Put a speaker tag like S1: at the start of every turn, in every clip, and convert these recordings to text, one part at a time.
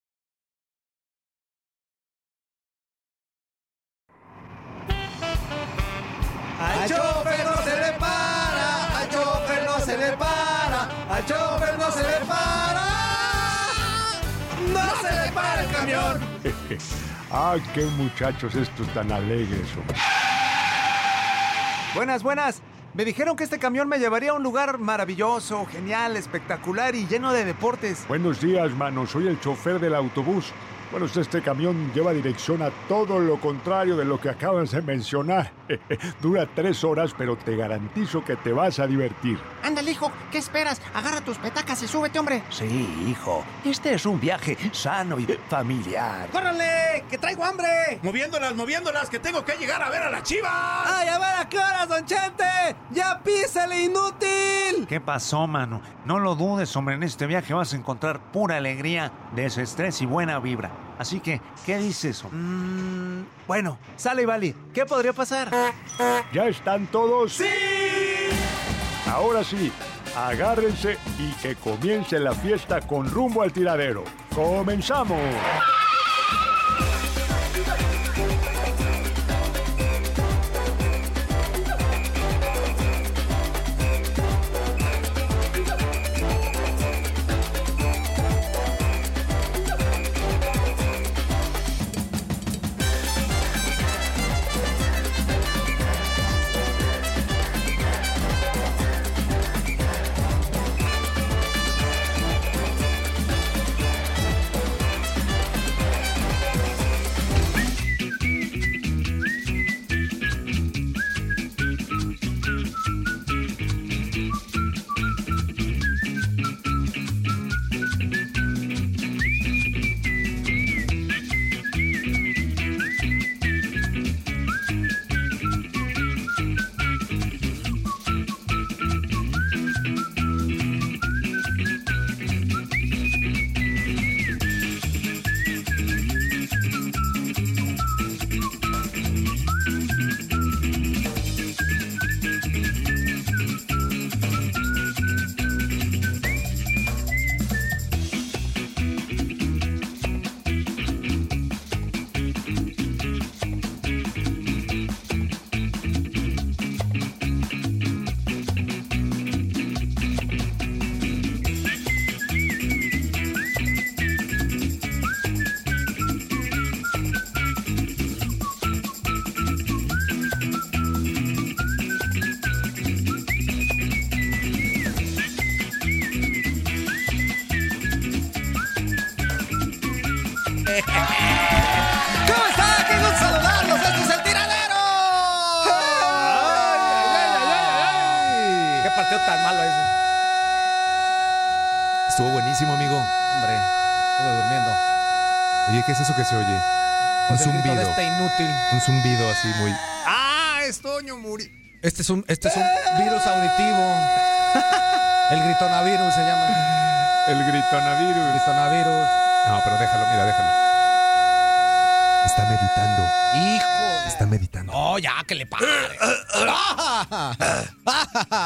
S1: Al chofer no se le para, al chofer no se le para, al chofer no se le para. No se le para el camión.
S2: Ay, qué muchachos estos tan alegres. hombre.
S1: Buenas, buenas. Me dijeron que este camión me llevaría a un lugar maravilloso, genial, espectacular y lleno de deportes.
S2: Buenos días, mano. Soy el chofer del autobús. Bueno, usted, este camión lleva dirección a todo lo contrario de lo que acabas de mencionar. Dura tres horas, pero te garantizo que te vas a divertir.
S3: Ándale, hijo, ¿qué esperas? Agarra tus petacas y súbete, hombre.
S4: Sí, hijo. Este es un viaje sano y familiar.
S1: ¡Córranle! ¡Que traigo hambre!
S5: Moviéndolas, moviéndolas, que tengo que llegar a ver a la chiva.
S1: ¡Ay, a ver a qué horas, don Chente! ¡Ya písele, inútil!
S4: ¿Qué pasó, mano? No lo dudes, hombre. En este viaje vas a encontrar pura alegría, desestrés y buena vibra. Así que, ¿qué dices, hombre?
S1: Mm, bueno, sale y vale. ¿Qué podría pasar?
S2: ¿Ya están todos? ¡Sí! Ahora sí, agárrense y que comience la fiesta con rumbo al tiradero. ¡Comenzamos!
S1: ¿Cómo está? ¡Qué gusto saludarlos! ¡Esto es el tiradero!
S6: ¡Qué partido tan malo ese! Estuvo buenísimo, amigo. Hombre, estuve durmiendo.
S7: Oye, ¿qué es eso que se oye? Un
S6: Ese grito de
S7: zumbido.
S6: Este inútil.
S7: Un zumbido así muy.
S5: Ah, es Toño Muri.
S6: Este es un, este es un virus auditivo. El gritonavirus se llama.
S7: El gritonavirus.
S6: Gritonavirus.
S7: No, pero déjalo, mira, déjalo. Está meditando.
S6: Hijo.
S7: Está meditando.
S6: No, ya, que le pare.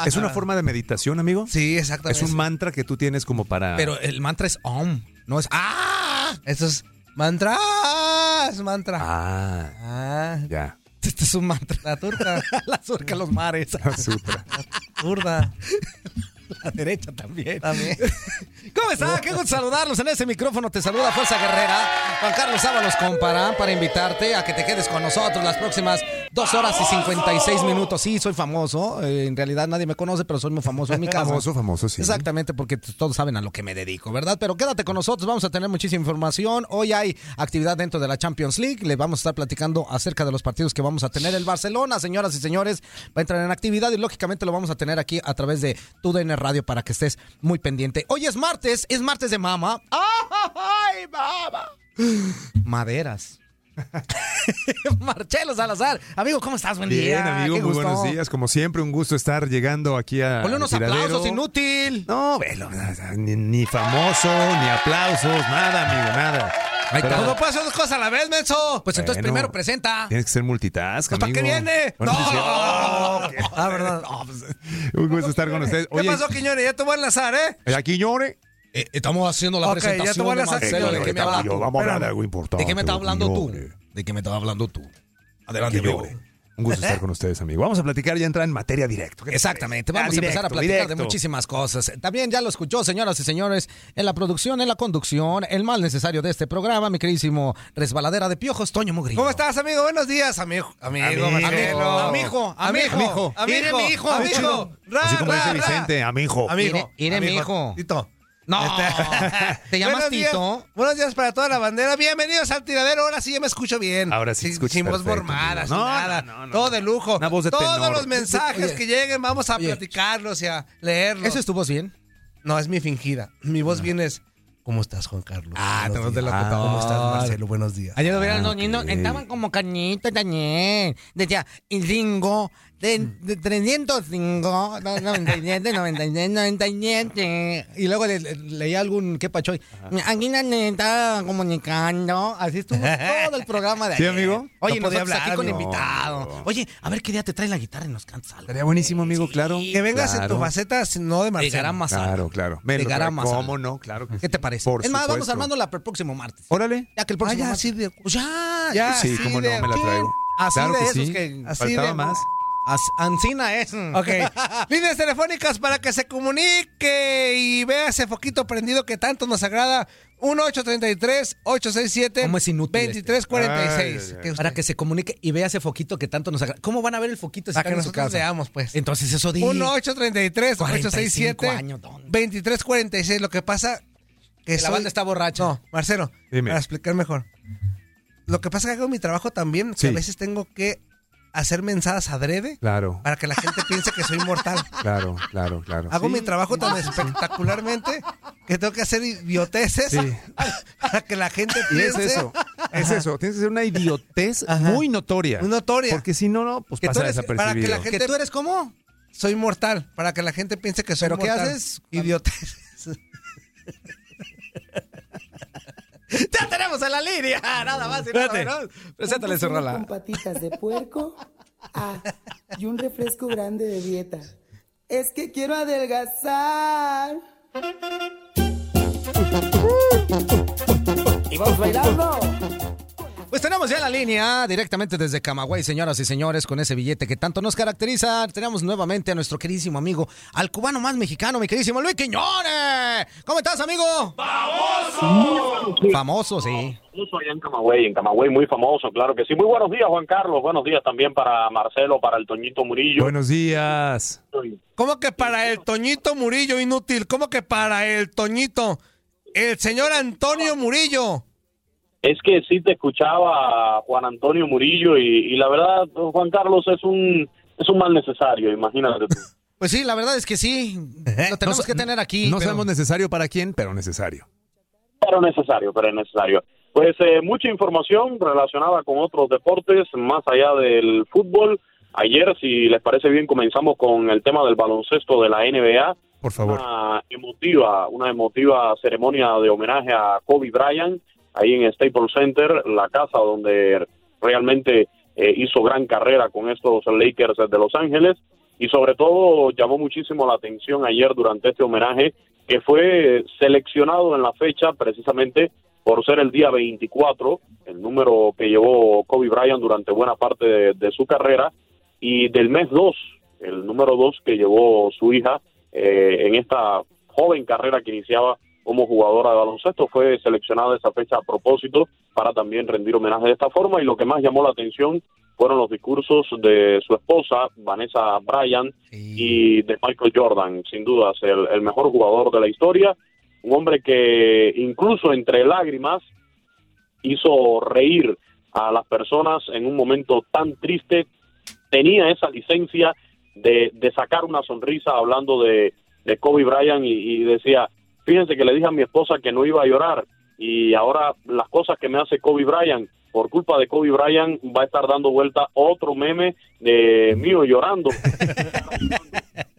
S7: ¿Es
S6: Ah.
S7: una forma de meditación, amigo?
S6: Sí, exactamente.
S7: Es un mantra que tú tienes como para.
S6: Pero el mantra es om, no es ah. Eso es mantra. ah, Es mantra.
S7: Ah,
S6: Ah.
S7: ya.
S6: Este es un mantra. La turca. La surca los mares.
S7: La sutra.
S6: Zurda. La derecha también. ¿Cómo está? Qué gusto saludarlos. En ese micrófono te saluda Fuerza Guerrera. Juan Carlos Ábalos Comparán para invitarte a que te quedes con nosotros las próximas dos horas y 56 minutos. Sí, soy famoso. Eh, En realidad nadie me conoce, pero soy muy famoso en mi casa.
S7: Famoso, famoso, sí.
S6: Exactamente, porque t- todos saben a lo que me dedico, ¿verdad? Pero quédate con nosotros, vamos a tener muchísima información. Hoy hay actividad dentro de la Champions League, le vamos a estar platicando acerca de los partidos que vamos a tener. El Barcelona, señoras y señores, va a entrar en actividad y lógicamente lo vamos a tener aquí a través de TUDN Radio para que estés muy pendiente. Hoy es martes, es martes de mama. ¡Ay, mama! Maderas. Marcelo Salazar. Amigo, ¿cómo estás? Buen día.
S7: Bien, amigo,
S6: Qué
S7: muy
S6: gusto.
S7: buenos días. Como siempre, un gusto estar llegando aquí a.
S6: Ponle unos
S7: al tiradero.
S6: aplausos, inútil.
S7: No, velo, ni, ni famoso, ni aplausos, nada, amigo, nada.
S6: Ahí está.
S7: Pero-
S6: No puedes hacer dos cosas a la vez, menso. Pues entonces
S7: Bueno,
S6: primero presenta.
S7: Tienes que ser multitask,
S6: Pues, ¿Para qué
S7: amigo.
S6: viene?
S7: Bueno,
S6: no.
S7: sí, sí.
S6: Ah, verdad. Ah, pues,
S7: Un gusto estar con ustedes.
S5: ¿Qué
S7: Oye,
S5: pasó, Quiñones? Ya te voy a enlazar, ¿eh?
S7: eh, aquí llore. Eh,
S6: eh, estamos haciendo la
S5: Ok, ya te
S6: presentación.
S5: voy a
S6: de
S5: lanzar,
S6: Marcelo, ¿De
S5: señor.
S6: qué me
S5: Ahorita
S6: hablas
S5: voy yo,
S6: tú?
S7: Vamos a hablar de
S6: Espérame.
S7: algo importante.
S6: ¿De qué me estás hablando tú?
S7: Quiñones.
S6: ¿De qué me estás hablando tú? Adelante,
S7: Que
S6: amigo.
S7: llore. Un gusto estar con ustedes, amigo. Vamos a platicar y entrar en materia directo. ¿Qué te
S6: Exactamente,
S7: parece? Ah,
S6: vamos a empezar a
S7: directo,
S6: platicar de
S7: directo.
S6: muchísimas cosas. También ya lo escuchó, señoras y señores, en la producción, en la conducción, el mal necesario de este programa, mi queridísimo resbaladera de piojos, Toño Mugrillo.
S5: ¿Cómo estás, amigo? Buenos días, amigo. Amigo,
S7: Amigo.
S5: Marcelo.
S6: Amigo, amigo,
S5: amigo,
S6: amigo,
S5: Mire, mi hijo,
S6: amigo.
S5: amigo. Ra,
S7: Así como
S5: ra,
S7: dice
S5: ra.
S7: Vicente, Este, a mi hijo.
S5: Amigo,
S6: Mire, mire, mi hijo.
S5: Tito.
S6: No, ¿te llamas
S5: Buenos días.
S6: Tito?
S5: Buenos días para toda la bandera. Bienvenidos al tiradero. Ahora sí ya me escucho bien.
S7: Ahora sí te
S5: Sin-
S7: escuchas
S5: Sin voz
S7: perfecto,
S5: formadas,
S7: amigo. No,
S5: sin nada.
S7: no, no, no.
S5: Todo de lujo.
S7: Una voz de
S5: Todos
S7: tenor.
S5: los mensajes
S6: Oye.
S5: que lleguen vamos a
S6: Oye.
S5: platicarlos y a leerlos.
S6: ¿Eso estuvo bien?
S5: No, es mi fingida. Mi
S7: Ah.
S5: voz viene es... ¿Cómo estás, Juan Carlos?
S6: Ah, te vas
S5: Buenos
S6: de
S5: días.
S6: locutón.
S5: ¿Cómo estás, Marcelo? Buenos días.
S6: Ayer lo vieron
S7: Ah,
S6: los niños,
S7: ok.
S6: estaban como cañitas también. Decía, y Ringo, de, de 305, no, 97, 97, 97. Y luego le- le- leía algún, qué pacho, aquí la neta comunicando. Así estuvo todo el programa de
S7: ¿Sí,
S6: ayer.
S7: amigo?
S6: Oye,
S5: No podía
S6: nosotros aquí
S5: hablar,
S6: con
S5: amigo.
S6: invitado. Oye, a ver qué día te trae la guitarra y nos cantas algo.
S7: Estaría buenísimo, amigo, claro.
S5: Que vengas en tu
S7: Claro.
S5: faceta, no de Marcelo.
S6: Llegará más
S7: Claro, claro. Me lo
S6: Llegará
S7: trae.
S6: más
S7: ¿Cómo
S6: algo.
S7: no? Claro que
S6: ¿Qué te parece?
S7: Por
S6: es más, vamos
S7: supuesto.
S6: armándola para el próximo martes.
S7: Órale.
S6: Ya que el próximo
S5: Ah, ya,
S6: martes.
S5: sí, de-
S6: Pues ya,
S5: Ya,
S6: ya.
S7: Sí,
S5: Así
S7: cómo no,
S5: de-
S7: me la traigo.
S6: Así
S7: Claro
S6: de
S7: que
S6: esos
S7: sí.
S6: que
S5: así
S7: Faltaba
S5: de-
S7: más.
S6: As- Ancina es.
S5: Ok. Líneas telefónicas para que se comunique y vea ese foquito prendido que tanto nos agrada. 1-833-867-2346.
S6: ¿Cómo es inútil este?
S7: Ay, ay, ay.
S5: ¿Qué usted?
S6: Para que se comunique y vea ese foquito que tanto nos agrada. ¿Cómo van a ver el foquito si
S5: Para
S6: están
S5: que
S6: en su
S5: nosotros
S6: casa?
S5: veamos, pues.
S6: Entonces eso di.
S5: 1-833-867-2346.
S6: 45 años, ¿dónde?
S5: 2346. Lo que pasa que
S6: Que la
S5: soy-
S6: banda está borracha.
S5: No, Marcelo,
S7: Dime.
S5: para explicar mejor. Lo que pasa que hago mi trabajo también, que
S7: Sí.
S5: a veces tengo que hacer mensadas adrede
S7: Claro,
S5: para que la gente piense que soy inmortal.
S7: claro, claro, claro.
S5: Hago
S7: Sí,
S5: mi trabajo tan espectacularmente que tengo que hacer idioteces
S7: Sí.
S5: para que la gente
S7: Y es
S5: piense.
S7: eso, es eso. Tienes que ser una idiotez muy notoria.
S5: Muy notoria.
S7: Porque si no, no, pues
S5: Que tú
S7: pasa
S5: eres- para que
S7: desapercibido.
S5: la gente-
S6: ¿Que tú eres cómo?
S5: Soy mortal, para que la gente piense que soy
S6: ¿Pero qué
S5: mortal.
S6: haces?
S5: Idioteces.
S6: ¡Ya tenemos a la línea! Nada más y nada menos. Pues, Preséntale su rola.
S8: Con patitas de puerco ah, y un refresco grande de dieta. Es que quiero adelgazar. Y vamos bailando.
S6: Pues tenemos ya la línea directamente desde Camagüey, señoras y señores, con ese billete que tanto nos caracteriza. Tenemos nuevamente a nuestro queridísimo amigo, al cubano más mexicano, mi queridísimo Luis Quiñones. ¿Cómo estás, amigo? ¡Famoso! Famoso, sí.
S9: famoso allá en Camagüey, en Camagüey muy famoso, claro que sí. Muy buenos días, Juan Carlos. Buenos días también para Marcelo, para el Toñito Murillo.
S7: Buenos días.
S5: ¿Cómo que para el Toñito Murillo, inútil? ¿Cómo que para el Toñito? El señor Antonio Murillo.
S9: Es que sí te escuchaba Juan Antonio Murillo y, y la verdad, Juan Carlos es un es un mal necesario, imagínate tú.
S6: Pues sí, la verdad es que sí. Lo tenemos
S7: No sa-
S6: que tener aquí.
S7: No
S6: pero-
S7: sabemos necesario para quién, pero necesario.
S9: Pero necesario, pero necesario. Pues eh, mucha información relacionada con otros deportes, más allá del fútbol. Ayer, si les parece bien, comenzamos con el tema del baloncesto de la NBA.
S7: Por favor.
S9: Una emotiva, una emotiva ceremonia de homenaje a Kobe Bryant. ahí en Staples Center, la casa donde realmente eh, hizo gran carrera con estos Lakers de Los Ángeles y sobre todo llamó muchísimo la atención ayer durante este homenaje que fue seleccionado en la fecha precisamente por ser el día 24, el número que llevó Kobe Bryant durante buena parte de, de su carrera, y del mes 2, el número 2 que llevó su hija eh, en esta joven carrera que iniciaba como jugadora de baloncesto, fue seleccionada esa fecha a propósito para también rendir homenaje de esta forma, y lo que más llamó la atención fueron los discursos de su esposa, Vanessa Bryant, y de Michael Jordan, sin dudas, el, el mejor jugador de la historia, un hombre que incluso entre lágrimas hizo reír a las personas en un momento tan triste, tenía esa licencia de, de sacar una sonrisa hablando de, de Kobe Bryant y, y decía, fíjense que le dije a mi esposa que no iba a llorar y ahora las cosas que me hace Kobe Bryant, por culpa de Kobe Bryant va a estar dando vuelta otro meme de mío llorando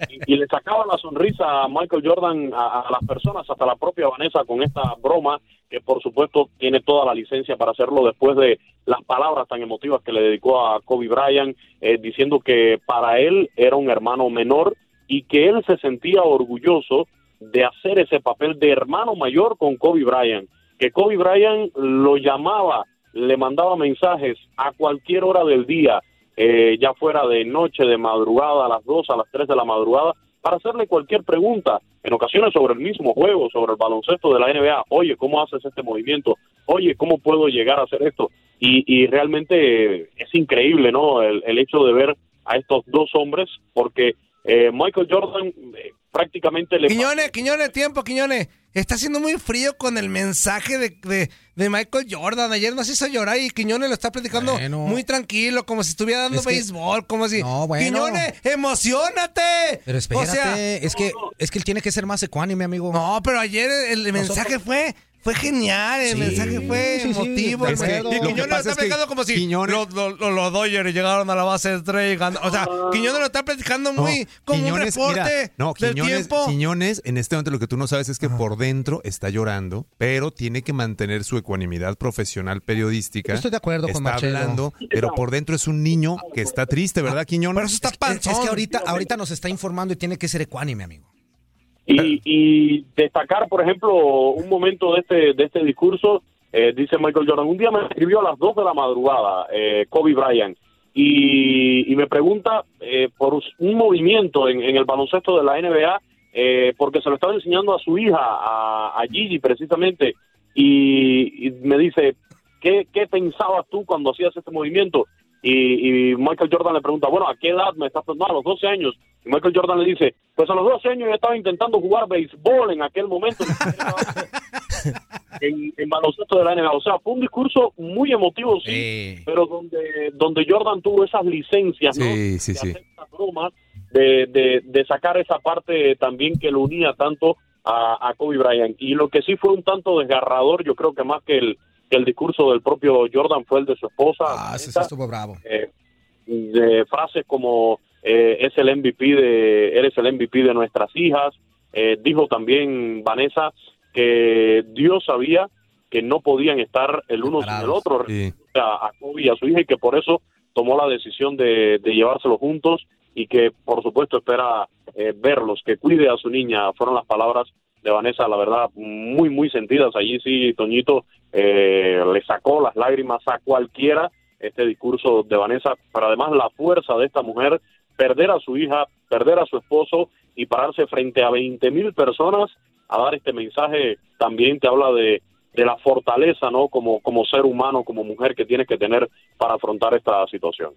S9: y, y le sacaba la sonrisa a Michael Jordan, a, a las personas, hasta la propia Vanessa con esta broma, que por supuesto tiene toda la licencia para hacerlo después de las palabras tan emotivas que le dedicó a Kobe Bryant, eh, diciendo que para él era un hermano menor y que él se sentía orgulloso de hacer ese papel de hermano mayor con Kobe Bryant, que Kobe Bryant lo llamaba, le mandaba mensajes a cualquier hora del día, eh, ya fuera de noche, de madrugada, a las 2, a las 3 de la madrugada, para hacerle cualquier pregunta, en ocasiones sobre el mismo juego, sobre el baloncesto de la NBA, oye, ¿cómo haces este movimiento? Oye, ¿cómo puedo llegar a hacer esto? Y, y realmente eh, es increíble, ¿no? El, el hecho de ver a estos dos hombres, porque eh, Michael Jordan eh, prácticamente le...
S5: Quiñones, Quiñones, tiempo, Quiñones. Está haciendo muy frío con el mensaje de, de- de Michael Jordan. Ayer nos hizo llorar y Quiñones lo está platicando
S6: Bueno.
S5: muy tranquilo, como si estuviera dando
S6: Es que-
S5: béisbol, como si...
S6: No, bueno.
S5: Quiñones, emocionate.
S6: Pero espérate,
S5: O sea,
S6: es, que, es que él tiene que ser más ecuánime, amigo.
S5: No, Oh, pero ayer el mensaje fue... Fue genial, el
S6: Sí,
S5: mensaje fue
S6: sí, sí,
S5: emotivo.
S6: de
S5: el mensaje-
S6: acuerdo.
S5: y
S6: Lo que
S5: Quiñones lo
S6: pasa
S5: está
S6: es que
S5: platicando como si los, los, los- los Dodgers llegaron a la base de tres. y gan- O sea,
S6: Ah.
S5: Quiñones lo está platicando muy como un reporte
S7: mira, no,
S5: del
S7: Quiñones,
S5: tiempo.
S7: Quiñones, en este momento lo que tú no sabes es que por dentro está llorando, pero tiene que mantener su ecuanimidad profesional periodística.
S6: Estoy de acuerdo con
S7: está
S6: Marcelo.
S7: hablando, pero por dentro es un niño que está triste, ¿verdad, Quiñones? Pero eso está
S6: Es, es que ahorita, ahorita nos está informando y tiene que ser ecuánime, amigo.
S9: Y, y destacar, por ejemplo, un momento de este, de este discurso, eh, dice Michael Jordan, un día me escribió a las 2 de la madrugada eh, Kobe Bryant y, y me pregunta eh, por un movimiento en, en el baloncesto de la NBA, eh, porque se lo estaba enseñando a su hija, a, a Gigi precisamente, y, y me dice, ¿qué, qué pensabas tú cuando hacías este movimiento? Y, y Michael Jordan le pregunta, bueno, ¿a qué edad me estás No, a los 12 años. Y Michael Jordan le dice, pues a los 12 años yo estaba intentando jugar béisbol en aquel momento. en, en baloncesto de la NBA. O sea, fue un discurso muy emotivo, sí, pero donde, donde Jordan tuvo esas licencias, ¿no?
S7: Sí, sí, sí.
S9: esa broma de, de- de sacar esa parte también que lo unía tanto a, a Kobe Bryant. Y lo que sí fue un tanto desgarrador, yo creo que más que el, que el discurso del propio Jordan fue el de su esposa.
S7: Ah,
S9: Vanessa,
S6: Ah, Estuvo bravo.
S9: eh, de frases como eh, es el MVP de eres el MVP de nuestras hijas Eh, dijo también Vanessa que Dios sabía que no podían estar el uno sin el otro a, a Kobe y a su hija y que por eso tomó la decisión de, de llevárselo juntos y que por supuesto espera eh, verlos, que cuide a su niña, fueron las palabras de Vanessa, la verdad, muy, muy sentidas. Allí sí, Toñito eh, le sacó las lágrimas a cualquiera este discurso de Vanessa, pero además la fuerza de esta mujer, perder a su hija, perder a su esposo y pararse frente a 20 mil personas a dar este mensaje, también te habla de, de la fortaleza, ¿no? Como, como ser humano, como mujer que tienes que tener para afrontar esta situación.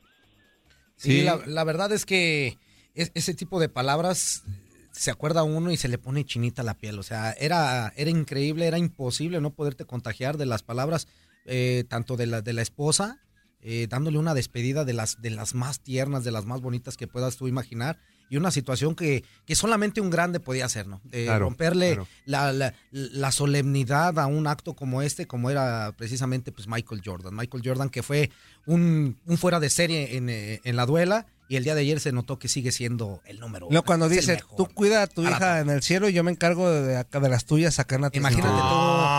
S6: Sí, la, la verdad es que es- ese tipo de palabras eh, se acuerda uno y se le pone chinita la piel. O sea, era, era increíble, era imposible no poderte contagiar de las palabras, eh, tanto de la, de la esposa, eh, dándole una despedida de las, de las más tiernas, de las más bonitas que puedas tú imaginar. Y una situación que, que solamente un grande podía hacer, ¿no? Eh,
S7: Claro,
S6: romperle
S7: claro.
S6: La, la- la solemnidad a un acto como este, como era precisamente pues, Michael Jordan. Michael Jordan que fue un, un fuera de serie en, eh, en la duela y el día de ayer se notó que sigue siendo el número uno.
S5: No, cuando
S6: Es el
S5: dice,
S6: mejor.
S5: tú cuida a tu
S6: A la
S5: hija en el cielo y yo me encargo de, de acá- de las tuyas acá en la tierra.
S6: Imagínate
S5: No,
S6: tú,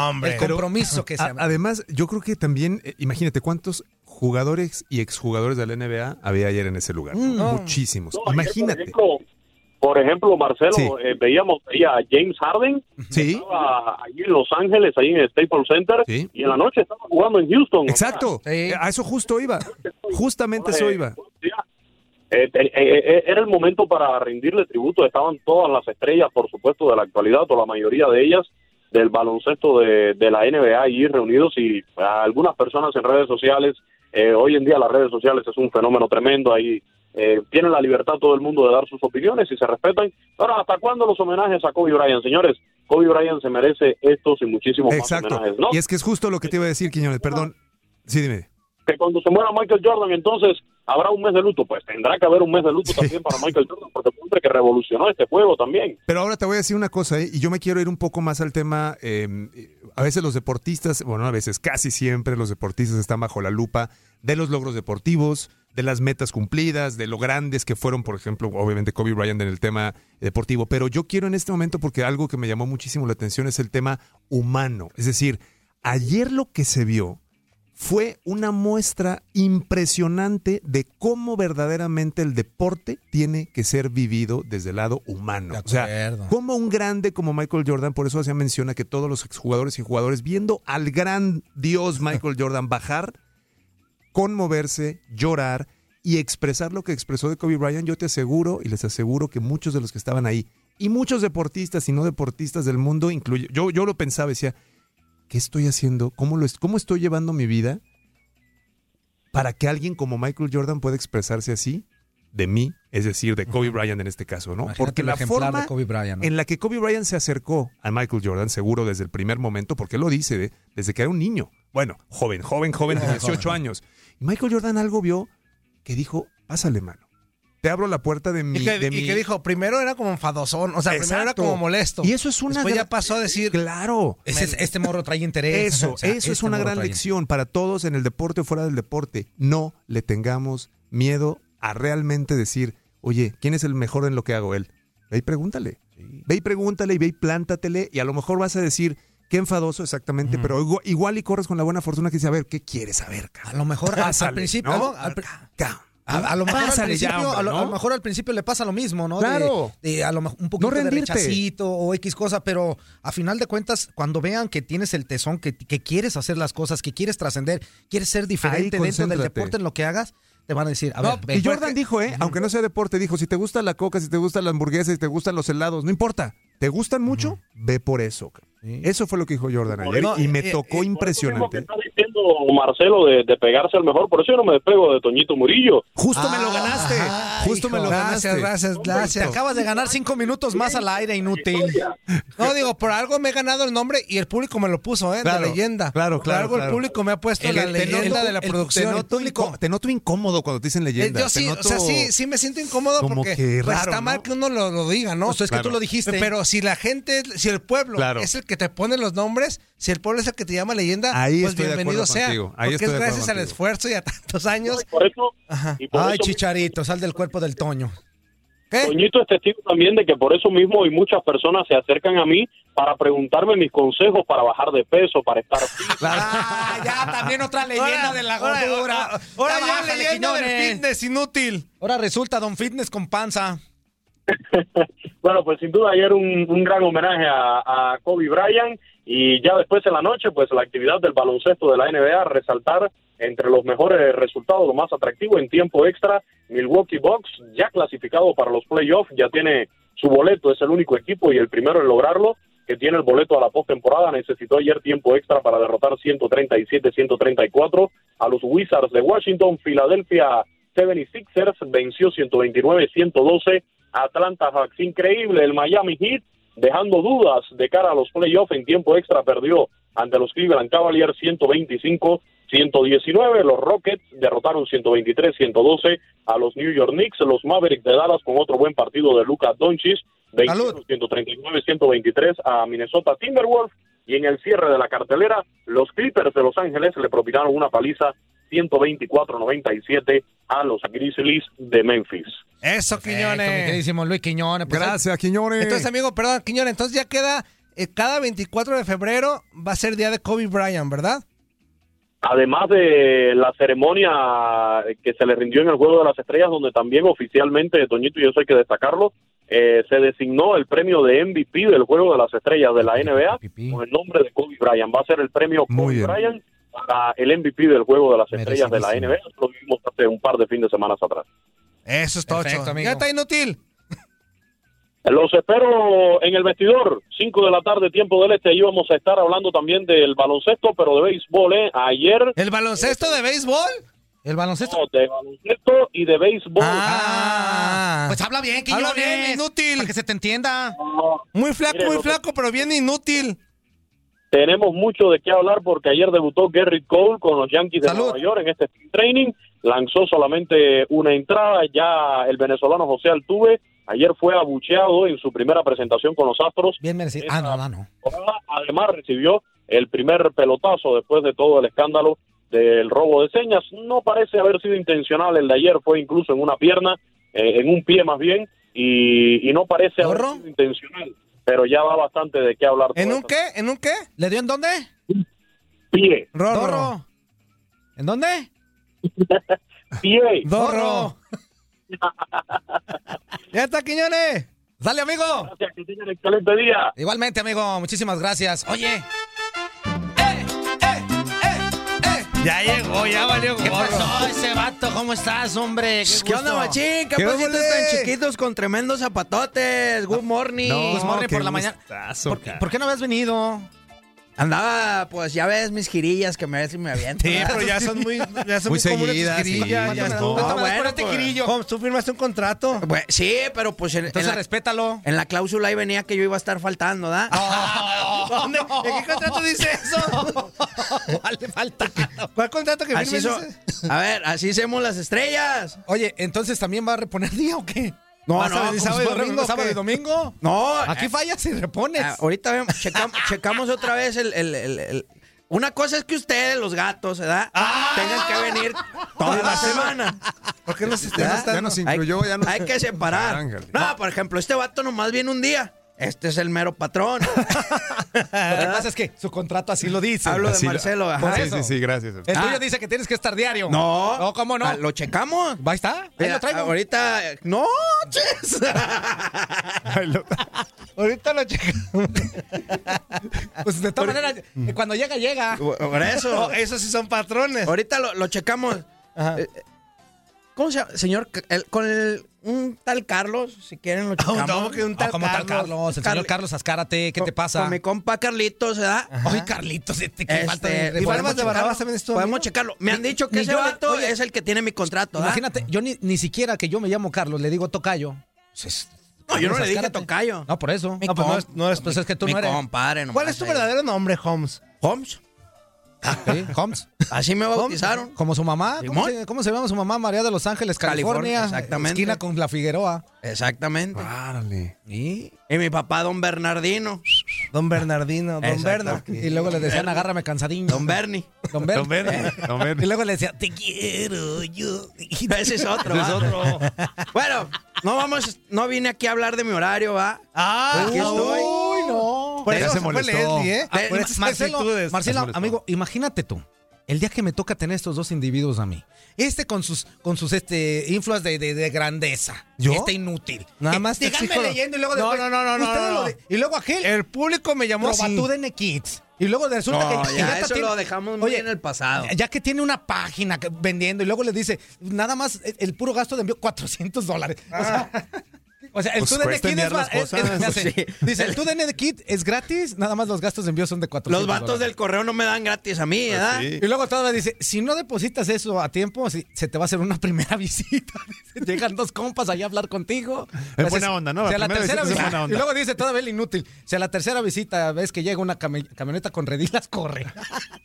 S5: hombre.
S6: El compromiso que se
S7: A- Además, yo creo que también, eh, imagínate cuántos jugadores y exjugadores de la NBA había ayer en ese lugar.
S6: Mm.
S7: ¿no? Muchísimos.
S9: No, ayer,
S7: imagínate.
S9: Por ejemplo, por ejemplo, Marcelo,
S7: Sí.
S9: eh, veíamos ahí a James Harden.
S7: Sí.
S9: Estaba allí en Los Ángeles, ahí en el Staples Center. Y en la noche estaba jugando en Houston.
S7: Exacto. Eh, A eso justo iba. Justamente eso iba.
S9: Eh, eh, eh, era el momento para rendirle tributo. Estaban todas las estrellas, por supuesto, de la actualidad, o la mayoría de ellas, del baloncesto de, de la NBA allí reunidos y a algunas personas en redes sociales. eh, hoy en día las redes sociales es un fenómeno tremendo. Ahí eh, tiene la libertad todo el mundo de dar sus opiniones y se respetan. Ahora, ¿hasta cuándo los homenajes a Kobe Bryant, señores? Kobe Bryant se merece estos y muchísimos más
S7: Exacto.
S9: homenajes, ¿no?
S7: Y es que es justo lo que te iba a decir, Quiñones. Perdón. Sí, dime.
S9: que cuando se muera Michael Jordan, entonces habrá un mes de luto. Pues tendrá que haber un mes de luto también para Michael Jordan, porque fue un hombre que revolucionó este juego también.
S7: Pero ahora te voy a decir una cosa, ¿eh? y yo me quiero ir un poco más al tema. eh, a veces los deportistas, bueno, a veces casi siempre los deportistas están bajo la lupa de los logros deportivos, de las metas cumplidas, de lo grandes que fueron, por ejemplo, obviamente Kobe Bryant en el tema deportivo. Pero yo quiero en este momento, porque algo que me llamó muchísimo la atención es el tema humano. Es decir, ayer lo que se vio fue una muestra impresionante de cómo verdaderamente el deporte tiene que ser vivido desde el lado humano. O sea,
S6: acuerdo.
S7: como un grande como Michael Jordan, por eso hacía menciona que todos los exjugadores y jugadores, viendo al gran Dios Michael Jordan bajar, conmoverse, llorar y expresar lo que expresó de Kobe Bryant, yo te aseguro y les aseguro que muchos de los que estaban ahí, y muchos deportistas y no deportistas del mundo, incluye, yo, yo lo pensaba, decía, ¿qué estoy haciendo? ¿Cómo, lo, es- ¿Cómo estoy llevando mi vida para que alguien como Michael Jordan pueda expresarse así de mí? Es decir, de Kobe Bryant en este caso, ¿no?
S6: Imagínate
S7: Porque
S6: el
S7: la
S6: ejemplar
S7: forma
S6: de Kobe Bryant, ¿no?
S7: en la que Kobe Bryant se acercó a Michael Jordan, seguro desde el primer momento, porque él lo dice, de- desde que era un niño. Bueno, joven, joven, joven, de
S6: Joven,
S7: 18 años. Y Michael Jordan algo vio que dijo, pásale mano. Te abro la puerta de mi...
S10: Y que,
S7: de
S10: y
S7: mi-
S10: que dijo, primero era como enfadozón, o sea, primero era
S7: Exacto.
S10: como molesto.
S7: Y eso es una
S10: Después
S7: gra-
S10: ya pasó a decir,
S7: claro,
S6: Ese es- este morro trae interés.
S7: Eso,
S6: O sea,
S7: eso es
S6: este
S7: una
S6: morro
S7: gran
S6: trae-
S7: lección para todos en el deporte o fuera del deporte. No le tengamos miedo a realmente decir, oye, ¿quién es el mejor en lo que hago él? Ve y pregúntale. Ve y pregúntale y ve y plántatele y a lo mejor vas a decir, qué enfadoso exactamente, pero igu- igual, y corres con la buena fortuna que dice, a ver, ¿qué quieres saber?
S6: A lo mejor al- al,
S7: Pásale,
S6: principio.
S7: ¿no?
S6: ¿no? Al pr- a, a lo mejor al
S7: Pásale ya,
S6: principio,
S7: hombre,
S6: a, lo, a lo
S7: ¿no?
S6: mejor al principio le pasa lo mismo, ¿no?
S7: Claro.
S6: De, de a lo mejor un poquito de
S7: rendirte.
S6: rechacito o X cosa, pero a final de cuentas, cuando vean que tienes el tesón, que, que quieres hacer las cosas, que quieres trascender, quieres ser diferente dentro del
S7: concéntrate.
S6: deporte en lo que hagas, te van a decir, a
S7: No,
S6: ver, ve,
S7: y Jordan dijo, ¿eh? aunque no sea deporte, dijo, si te gusta la coca, si te gustan las hamburguesas, si te gustan los helados, no importa. ¿Te gustan mucho? Ve por eso. ca- Eso fue lo que dijo Jordan ayer
S9: No,
S7: y me
S9: eh,
S7: tocó impresionante.
S9: Diciendo Marcelo de, de pegarse al mejor, por eso yo no me despego de Toñito Murillo.
S7: Justo me lo ganaste. Justo me lo
S10: Gracias,
S7: ganaste.
S10: gracias,
S6: Te
S10: gracias.
S6: acabas de ganar cinco minutos más al aire, inútil.
S5: No, digo, por algo me he ganado el nombre y el público me lo puso, ¿eh?
S7: Claro,
S5: de leyenda.
S7: claro,
S5: Por
S7: claro,
S5: algo
S7: claro.
S5: el público me ha puesto
S7: El-
S5: la
S7: te
S5: leyenda
S7: noto-
S5: de la
S7: el-
S5: producción.
S7: Te noto, incó- te noto incómodo cuando te dicen leyenda.
S5: Eh, Yo sí,
S7: te
S5: o sea,
S7: noto-
S5: sí, sí me siento incómodo
S7: como
S5: porque
S7: que
S5: pues,
S7: raro,
S5: está
S7: ¿no?
S5: mal que uno lo, lo diga, ¿no?
S7: Pues es que Claro. tú lo dijiste.
S5: Pero si la gente, si el pueblo
S7: Claro.
S5: es el que te pone los nombres, si el pueblo es el que te llama leyenda,
S7: Ahí
S5: pues
S7: estoy de
S5: bienvenido
S7: acuerdo
S5: sea.
S7: contigo. Ahí
S5: porque
S7: estoy
S5: es
S7: de acuerdo
S5: gracias al
S7: contigo.
S5: esfuerzo y a tantos años. Ajá.
S6: Ay, chicharito, sal del cuerpo del Toño.
S9: Toñito es testigo también de que por eso mismo y muchas personas se acercan a mí para preguntarme mis consejos para bajar de peso, para estar fit.
S6: Ah, También otra leyenda de la gordura. Ahora,
S5: ya leyenda del fitness inútil.
S6: Ahora resulta Don Fitness con panza.
S9: Bueno, pues sin duda ayer un, un gran homenaje a, a Kobe Bryant y ya después en la noche, pues la actividad del baloncesto de la NBA, resaltar entre los mejores resultados, lo más atractivo en tiempo extra, Milwaukee Bucks ya clasificado para los playoffs, ya tiene su boleto, es el único equipo y el primero en lograrlo que tiene el boleto a la postemporada, necesitó ayer tiempo extra para derrotar 137-134 a los Wizards de Washington, Filadelfia 76ers venció 129-112 a Atlanta Hawks, increíble el Miami Heat dejando dudas de cara a los playoffs en tiempo extra perdió ante los Cleveland Cavaliers 125 119, los Rockets derrotaron 123-112 a los New York Knicks, los Mavericks de Dallas con otro buen partido de Luka Doncic, 21, 139-123 a Minnesota Timberwolves y en el cierre de la cartelera los Clippers de Los Ángeles le propinaron una paliza 124-97 a los Grizzlies de Memphis.
S5: Eso, Quiñones.
S6: Perfecto, mi queridísimo Luis Quiñones.
S7: Gracias, Quiñones. pues,
S5: Entonces, amigo, perdón, Quiñones, entonces ya queda eh, cada 24 de febrero va a ser día de Kobe Bryant, ¿verdad?
S9: Además de la ceremonia que se le rindió en el Juego de las Estrellas, donde también oficialmente, Toñito, y eso hay que destacarlo, eh, se designó el premio de MVP del Juego de las Estrellas de la NBA con el nombre de Kobe Bryant. Va a ser el premio Kobe Bryant para el MVP del Juego de las Estrellas de la NBA. Lo vimos hace un par de fines de semana atrás.
S5: Eso es todo. Ya está inútil.
S9: Los espero en el vestidor, 5 de la tarde, tiempo del este. Ahí vamos a estar hablando también del baloncesto, pero de béisbol, ¿eh? Ayer.
S5: ¿El baloncesto de béisbol?
S6: ¿El baloncesto?
S9: No, de baloncesto y de béisbol.
S5: Ah.
S11: Ah.
S7: Ah.
S6: Pues habla bien, Quiñones.
S5: Habla bien, inútil.
S6: Para que se te entienda.
S5: Muy flaco,
S9: Mire,
S5: muy
S9: lo que-
S5: flaco, pero bien inútil.
S9: Tenemos mucho de qué hablar porque ayer debutó Gerrit Cole con los Yankees de Nueva York en este spring training. Lanzó solamente una entrada. Ya el venezolano José Altuve ayer fue abucheado en su primera presentación con los Astros.
S6: Bien merecido. Ah, no, no, no.
S9: Además recibió el primer pelotazo después de todo el escándalo del robo de señas. No parece haber sido intencional el de ayer, fue incluso en una pierna, eh, en un pie más bien, y, y no parece haber sido intencional. Pero ya va bastante de qué hablar.
S5: ¿En
S9: todo
S5: un
S9: esto.
S5: qué? ¿En un qué?
S6: ¿Le dio en dónde?
S9: Pie.
S5: Rorro.
S6: ¿En dónde?
S9: Pie.
S5: Dorro. ya está, Quiñones.
S6: Dale, amigo.
S9: Gracias, que tengan excelente día.
S6: Igualmente, amigo. Muchísimas gracias. Oye. eh,
S5: Ya llegó, ya valió
S6: ¿Qué
S5: gorro.
S6: pasó ese vato? ¿Cómo estás, hombre? ¿Qué,
S11: Pues, ¿Qué onda, machín? ¿Qué pasitos tan chiquitos con tremendos zapatotes? Good morning.
S6: Good morning por la mañana. ¿Por, qué- por qué no habías venido?
S11: Andaba, pues ya ves mis girillas que me ves y me aviento.
S5: Sí, pero ya son muy, ya son muy, comunes tus girillas. ya
S11: No,
S5: estuvo.
S11: bueno, pues,
S5: ¿Cómo? ¿Tú firmaste un contrato?
S11: Pues, sí, pero pues en,
S5: Entonces,
S6: respétalo.
S11: En la cláusula ahí venía que yo iba a estar faltando, ¿da?
S5: ¿Dónde? ¿En qué contrato dice eso?
S6: vale, falta.
S5: ¿Cuál contrato que
S11: Así
S5: firmes?
S11: son-
S5: dice?
S11: a ver, así hacemos las estrellas.
S6: Oye, entonces también va a reponer día o qué?
S11: No,
S6: ¿Vas a
S11: no,
S6: venir
S11: ¿cómo
S6: sábado
S11: se
S6: y
S11: va a
S6: domingo.
S11: reponer?
S6: ¿Sábado y
S11: ¿Qué?
S6: domingo?
S11: No,
S6: Aquí
S11: eh,
S6: fallas y repones.
S11: Ah, ahorita vemos, checam- checamos otra vez el, el- el- el- Una cosa es que ustedes, los gatos, ¿verdad? Tengan que venir toda la semana.
S5: ¿Por qué nos
S7: Ya nos incluyó,
S11: hay,
S7: ya nos-
S11: hay que separar.
S7: Ángel.
S11: No, por ejemplo, este vato nomás viene un día. Este es el mero patrón.
S6: Lo que pasa es que su contrato así lo dice.
S11: Hablo de
S6: Así lo-
S11: Marcelo, ajá.
S6: Por
S11: Sí,
S6: eso.
S11: sí, sí, gracias.
S6: El
S11: Ah.
S6: tuyo dice que tienes que estar diario.
S11: No.
S6: No, ¿cómo no?
S11: Ah, ¿Lo checamos?
S6: Ahí está. Ahí
S11: Eh,
S6: lo
S5: ah,
S6: traigo.
S11: Ahorita. eh, ¡No! ches.
S5: Ahorita lo checamos.
S6: Pues de todas maneras, cuando llega, llega.
S11: Por eso.
S5: No, esos sí son patrones.
S11: Ahorita lo, lo checamos. Eh, eh, ¿Cómo se llama? Señor, C- el- con el- un tal Carlos, si quieren lo checamos.
S5: ¿cómo que un tal
S6: Ah, como tal Carlos, el señor
S11: Carli-
S6: Carlos Azcárate, ¿qué te pasa?
S11: Con mi compa Carlitos, ¿verdad?
S6: Ay, Carlitos, este, qué
S11: Este,
S6: falta de...
S11: ¿podemos
S6: Podemos
S11: checarlo?
S6: checarlo.
S11: Podemos checarlo. Me han dicho que
S6: ni
S11: ese
S6: yo le-
S11: vato
S6: oye,
S11: es el que tiene mi contrato, ¿verdad?
S6: Imagínate, yo ni, ni siquiera que yo me llamo Carlos, le digo tocayo. Pues es-
S11: No, yo no le dije
S6: Azcárate.
S11: tocayo.
S6: No, por eso.
S11: Mi
S6: no, pues no,
S11: comp-
S6: eres- no eres- pues es que tú
S11: mi
S6: no eres.
S11: compadre nomás
S5: ¿Cuál es tu
S11: ahí. Ah,
S5: verdadero nombre, Holmes?
S11: ¿Holmes?
S6: Sí, Holmes.
S11: Así me bautizaron.
S6: Como su mamá. ¿Cómo
S11: Simón.
S6: se, cómo se llama su mamá? María de los Ángeles, California. eh,
S11: California, exactamente.
S6: Esquina con la Figueroa.
S11: Exactamente.
S7: Árale.
S6: Ah, Y,
S11: Y mi papá, don Bernardino.
S5: Don Bernardino, Don
S11: Exacto.
S5: Berna.
S6: y luego le decían,
S11: Bernie.
S6: agárrame cansadín.
S11: Don Bernie.
S6: Don Bernie.
S7: No, ver.
S6: Y luego le decía, te quiero, yo.
S11: Ese es otro. ¿va? Bueno, no vamos, no vine aquí a hablar de mi horario, ¿va?
S6: Pues
S5: Ah,
S11: Aquí estoy.
S6: Uy, no.
S5: Por
S7: Ya
S5: eso
S7: se
S5: se fue
S7: molestó.
S5: Leslie, ¿eh?
S11: De-
S5: Por esas
S6: Ah, Marcelo,
S5: actitudes.
S6: Marcelo,
S7: Se molestó.
S6: amigo, imagínate tú. El día que me toca tener estos dos individuos a mí. Este con sus, con sus este, influas de, de- de grandeza.
S5: ¿Yo?
S6: Este inútil.
S5: Nada
S6: Eh,
S5: más te
S6: Díganme
S5: exijo lo-
S6: leyendo y luego
S5: No,
S6: después.
S5: no, no, no, no,
S6: ustedes
S5: no,
S6: lo
S5: no.
S6: de- y luego aquel.
S5: El público me llamó así.
S6: Trovatú de Nekids. Y luego resulta
S11: No,
S6: que.
S11: ya,
S6: que neta
S11: eso
S6: tiene-
S11: lo dejamos muy
S6: Oye,
S11: en el pasado.
S6: Ya que tiene una página que- vendiendo y luego le dice, nada más el, el puro gasto de envío, 400 dólares. O sea. O sea, el
S7: Pues
S6: tú de
S7: cuesta
S6: Nekids es
S7: enviar las
S6: ba- es- es-
S7: cosas.
S6: me hace-
S11: Sí.
S6: Dice, el tú de Nekids es gratis, nada más los gastos de envío son de 400
S11: Los vatos del correo no me dan gratis a mí, ¿verdad?
S7: sí.
S6: y luego todavía dice, si no depositas eso a tiempo, si- se te va a hacer una primera visita. Dice, Llegan dos compas allá a hablar contigo.
S7: Es buena onda, ¿no? La
S6: si a la
S7: primera
S6: tercera
S7: visita es
S6: visita-
S7: buena onda.
S6: Y luego dice todavía el inútil. Si a la tercera visita ves que llega una cami- camioneta con redilas, corre.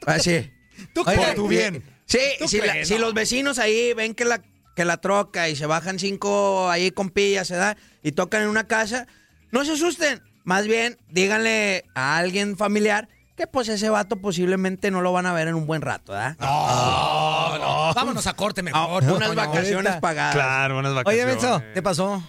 S11: Así.
S6: ¿Tú
S11: Oye,
S6: crees?
S7: tú bien.
S11: Sí,
S6: ¿Tú
S11: si, la-
S6: crees?
S11: si los vecinos ahí ven que la, que la troca y se bajan cinco ahí con pillas, se da, y tocan en una casa, no se asusten. Más bien, díganle a alguien familiar que pues ese vato posiblemente no lo van a ver en un buen rato, ¿verdad?
S6: Vámonos a corte
S11: A-
S6: mejor.
S11: unas
S6: Toño.
S11: vacaciones pagadas.
S7: Claro, unas vacaciones.
S6: Oye, Benzo, ¿qué pasó?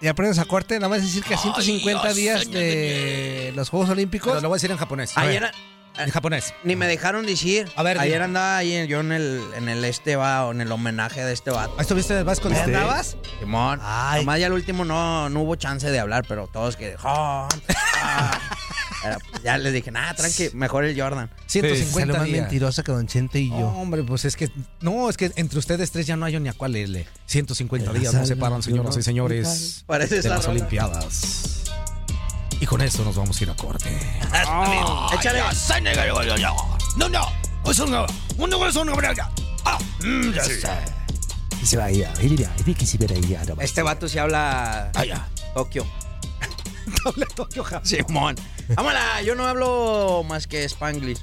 S12: Y aprendes a corte, nada más decir que a 150 días de los Juegos Olímpicos.
S5: Pero lo voy a decir en japonés. A
S6: Ayer,
S5: ver.
S6: a-
S5: En japonés.
S6: Ni me dejaron decir.
S5: A ver,
S6: Ayer
S5: dime.
S6: andaba ahí en- yo en el, en el este va, o en el homenaje de este vato.
S5: Ahí estuviste en el Vasco.
S6: ¿Viste?
S5: ¿Andabas?
S6: Simón. Nomás ya el último no, no hubo chance de hablar, pero todos que. "Jordan, ah". Pero ya les dije, nada, tranqui, mejor el Jordan.
S5: 150
S12: Salió más
S5: días.
S12: mentirosa que Don Chente y yo.
S5: No, hombre, pues es que. No, es que entre ustedes tres ya no hay ni a cuál leerle. 150
S12: Eh,
S5: días nos separan, señoras y señores.
S6: Parece
S5: de
S6: esa
S5: las
S6: rola.
S5: Olimpiadas. Y con esto nos vamos a ir a corte.
S6: Ah, Échale.
S5: No, no. Es un. Un número es un número. Ah, mm, ya sé.
S6: Este vato se habla. Tokio.
S5: Habla Tokio, Japón.
S6: Simón. Vámonos, yo no hablo más que Spanglish.